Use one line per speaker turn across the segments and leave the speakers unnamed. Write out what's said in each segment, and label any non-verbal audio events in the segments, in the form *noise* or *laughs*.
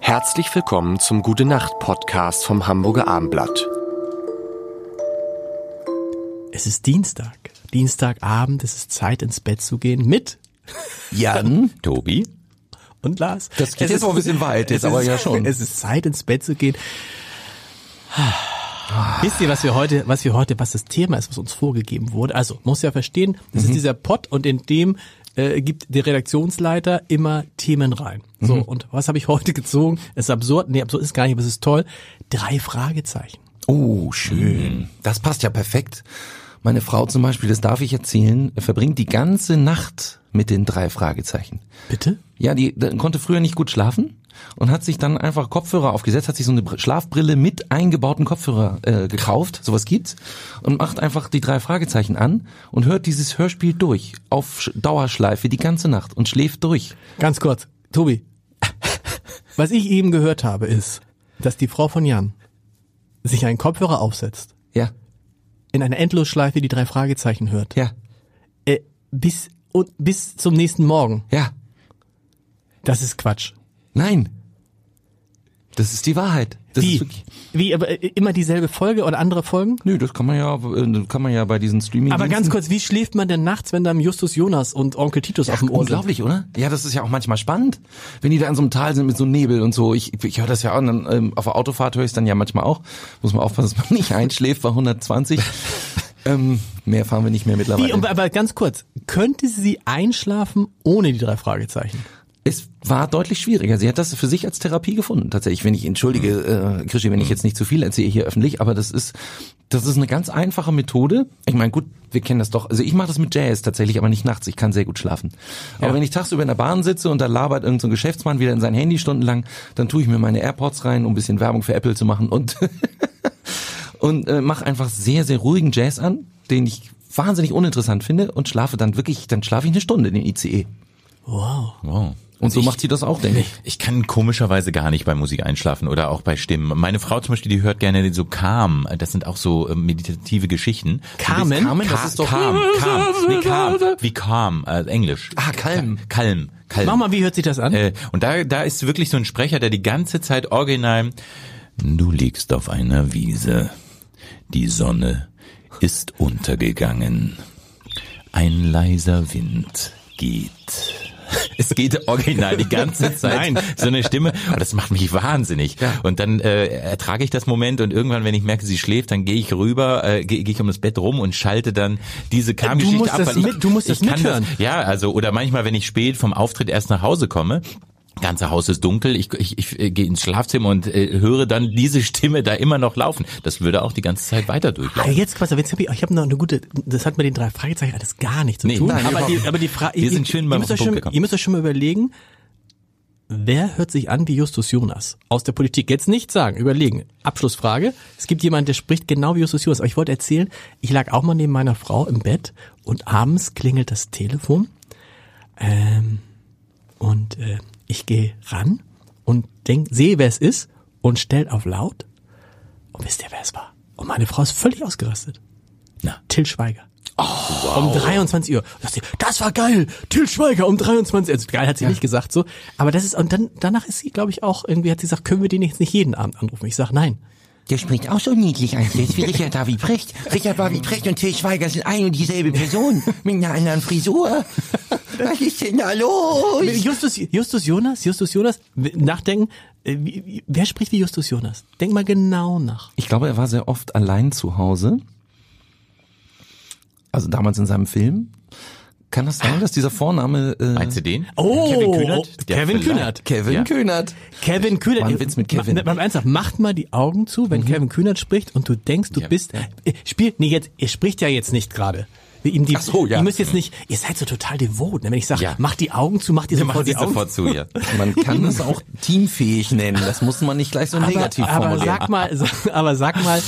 Herzlich willkommen zum Gute Nacht Podcast vom Hamburger Armblatt.
Es ist Dienstag. Dienstagabend, es ist Zeit ins Bett zu gehen mit
Jan, Tobi.
und Lars.
Das geht
Es
jetzt
ist-
aber ein bisschen weit,
es
jetzt aber
ist,
ja schon.
Es ist Zeit ins Bett zu gehen. Wisst ihr, was wir heute, was wir heute, was das Thema ist, was uns vorgegeben wurde? Also, muss ja verstehen, das
Mhm.
ist dieser Pott und in dem äh, gibt der Redaktionsleiter immer Themen rein. So,
Mhm.
und was habe ich heute gezogen? Es ist absurd, nee, absurd ist gar nicht, aber es ist toll. Drei Fragezeichen.
Oh, schön. Das passt ja perfekt. Meine Frau zum Beispiel, das darf ich erzählen, verbringt die ganze Nacht mit den drei Fragezeichen.
Bitte?
Ja, die, die konnte früher nicht gut schlafen und hat sich dann einfach Kopfhörer aufgesetzt, hat sich so eine Br- Schlafbrille mit eingebauten Kopfhörer äh, gekauft, sowas gibt's, und macht einfach die drei Fragezeichen an und hört dieses Hörspiel durch, auf Sch- Dauerschleife die ganze Nacht und schläft durch.
Ganz kurz, Tobi. Was ich eben gehört habe, ist, dass die Frau von Jan sich einen Kopfhörer aufsetzt,
Ja,
in einer Endlosschleife die drei Fragezeichen hört,
ja,
äh, bis und bis zum nächsten Morgen.
ja.
Das ist Quatsch.
Nein. Das ist die Wahrheit. Das Ist
Wie?
wirklich, Mhm.
Wie? Aber äh, immer dieselbe Folge oder andere Folgen?
nö, das kann man ja, äh, kann man ja bei diesen Streaming.
Aber ganz kurz, wie schläft man denn nachts, wenn dann Justus Jonas und Onkel Titus auf dem Ohr sind?
Unglaublich, oder? Ja, das ist ja auch manchmal spannend, wenn die da in so einem Tal sind mit so Nebel und so. Ich, ich höre das ja auch, und dann, ähm, auf der Autofahrt höre ich es dann ja manchmal auch. Muss man aufpassen, dass man nicht einschläft
*laughs*
bei 120. ähm, mehr fahren wir nicht mehr mittlerweile.
Wie, aber aber ganz kurz, könnte sie einschlafen ohne die drei Fragezeichen?
Es war deutlich schwieriger. Sie hat das für sich als Therapie gefunden, tatsächlich. Wenn ich entschuldige, äh, Krischi, wenn ich jetzt nicht zu viel erzähle hier öffentlich, aber das ist, das ist eine ganz einfache Methode. Ich meine, gut, wir kennen das doch. Also ich mache das mit Jazz tatsächlich, aber nicht nachts. Ich kann sehr gut schlafen. Aber wenn ich tagsüber in der Bahn sitze und da labert irgendein so ein Geschäftsmann wieder in sein Handy stundenlang, dann tue ich mir meine AirPods rein, um ein bisschen Werbung für Apple zu machen und und äh, mache einfach sehr, sehr ruhigen Jazz an, den ich wahnsinnig uninteressant finde und schlafe dann wirklich, dann schlafe ich eine Stunde in den ICE.
Wow.
Wow.
Und so macht sie das auch, denke ich.
Ich kann komischerweise gar nicht bei Musik einschlafen oder auch bei Stimmen. Meine Frau zum Beispiel, die hört gerne so Calm. Das sind auch so äh, meditative Geschichten.
Carmen?
Carmen, das
Ka-
ist doch-
Calm, Calm, nee,
*laughs*
Calm, wie Calm, äh, Englisch.
Ah, calm.
Ka- Calm,
Äh,
Calm.
Mach mal, wie hört sich das an?
Äh, und da, da ist wirklich so ein Sprecher, der die ganze Zeit original. Du liegst auf einer Wiese. Die Sonne ist untergegangen. Ein leiser Wind geht. *laughs* Es geht original
*laughs*
die ganze Zeit so eine Stimme und das macht mich wahnsinnig. Und dann äh, ertrage ich das Moment und irgendwann, wenn ich merke, sie schläft, dann gehe ich rüber, äh, gehe gehe ich um das Bett rum und schalte dann diese
Du
Kamgeschichte
musst
ab.
das
weil ich,
mit- du musst
ich
das
kann
mithören.
ja, also oder manchmal, wenn ich spät vom Auftritt erst nach Hause komme, ganze Haus ist dunkel, ich, ich, ich äh, gehe ins Schlafzimmer und äh, höre dann diese Stimme da immer noch laufen. Das würde auch die ganze Zeit weiter
Ah,
durchlaufen.
jetzt quasi, jetzt hab ich, ich habe noch eine gute, das hat mit den drei Fragezeichen alles gar nichts zu
Nee,
tun.
nein,
aber,
überhaupt
die,
nicht.
aber die Frage,
Wir sind schön
ihr,
mal
müsst
auf
euch
den
schon,
Punkt gekommen.
ihr müsst euch schon mal überlegen, wer hört sich an wie Justus Jonas aus der Politik? Jetzt nicht sagen, überlegen. Abschlussfrage. Es gibt jemanden, der spricht genau wie Justus Jonas. Aber ich wollte erzählen, ich lag auch mal neben meiner Frau im Bett und abends klingelt das Telefon ähm, und äh, ich gehe ran und denk, sehe, wer es ist und stell auf laut und wisst ihr, wer es war? Und meine Frau ist völlig ausgerastet.
Na.
Till Schweiger.
Oh.
Um 23 Uhr. Und dachte, sie, das war geil. Till Schweiger um 23 Uhr. Also geil hat sie nicht gesagt so. Aber das ist, und dann, danach ist sie, glaube ich, auch, irgendwie hat sie gesagt, können wir den jetzt nicht jeden Abend anrufen? Ich sage, nein.
Der spricht auch so niedlich ein, jetzt wie Richard David Precht. Richard David Precht und Till Schweiger sind ein und dieselbe Person. Mit einer anderen Frisur. Was ist denn da los?
Justus, Justus Jonas, Justus Jonas, nachdenken, äh, wie- wie- wer spricht wie Justus Jonas? Denk mal genau nach.
äh,
Ich glaube, er war sehr oft allein zu Hause. Also damals in seinem Film. Kann das sein, dass dieser Vorname äh,
Meinst du den? *laughs*
Oh,
Kevin Kühnert? Der
Kevin
vielleicht-
Kühnert.
Kevin
Ja.
Kühnert?
Kevin Kühnert.
War ein Witz mit Kevin.
Ma- ma- ernsthaft, macht mal die Augen zu, wenn Kevin Kühnert spricht und du denkst, du
Ja.
bist. Äh, spielt, nee, jetzt, ihr spricht ja jetzt nicht gerade. Ihm die,
Ach so, ja.
Ihr müsst jetzt nicht, ihr seid so total devot. ne? Wenn ich sage,
Ja.
macht die Augen zu, macht ihr
Wir
sofort
machen
die
sie
Augen
sofort
*laughs*
zu, ja.
Man kann es auch teamfähig nennen. Das muss man nicht gleich so
zu. Aber,
negativ
aber
formulieren.
sag mal, sa- *laughs* aber sag mal,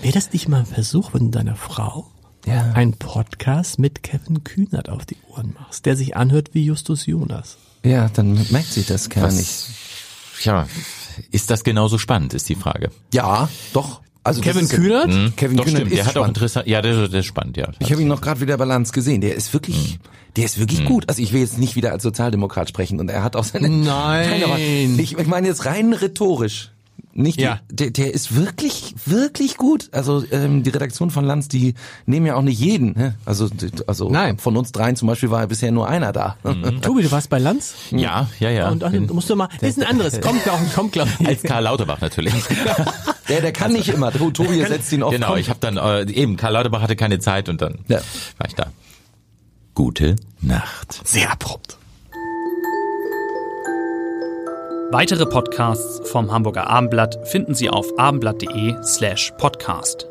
wäre das nicht mal ein Versuch, wenn du deiner Frau
Ja.
einen Podcast mit Kevin Kühnert auf die Ohren machst, der sich anhört wie Justus Jonas?
ja, dann merkt sie das gar
Was?
nicht.
Ja, ist das genauso spannend, ist die Frage.
Ja, doch.
Also das
Kevin
ist-
Kühnert?
Kevin
Doch,
Kühnert
stimmt,
ist
der hat auch
spannend.
interessant. Ja, der, der ist spannend, ja.
Ich habe ihn noch gerade wieder bei Lanz gesehen. Der ist wirklich, der ist wirklich gut. Also ich will jetzt nicht wieder als Sozialdemokrat sprechen und er hat auch seine.
Nein.
aber ich, ich meine jetzt rein rhetorisch. Nicht
Ja.
die, der, der ist wirklich, wirklich gut. Also ähm, die Redaktion von Lanz, die nehmen ja auch nicht jeden. Ne? Also, die- also
Nein. Mhm.
von uns dreien zum Beispiel war ja bisher nur einer da.
Tobi, du warst bei Lanz?
ja, ja, ja.
Und ach, du musst du mal, ist ein anderes, kommt, glaub, kommt, glaub ich.
als Karl Lauterbach
*laughs*
natürlich.
*laughs* Der, der kann nicht immer. To- Tobi setzt ihn auf.
genau, ich habe dann äh, eben Karl Lauterbach hatte keine Zeit und dann
Ja.
war ich da. Gute Nacht.
Sehr abrupt.
Weitere Podcasts vom Hamburger Abendblatt finden Sie auf abendblatt.de slash podcast.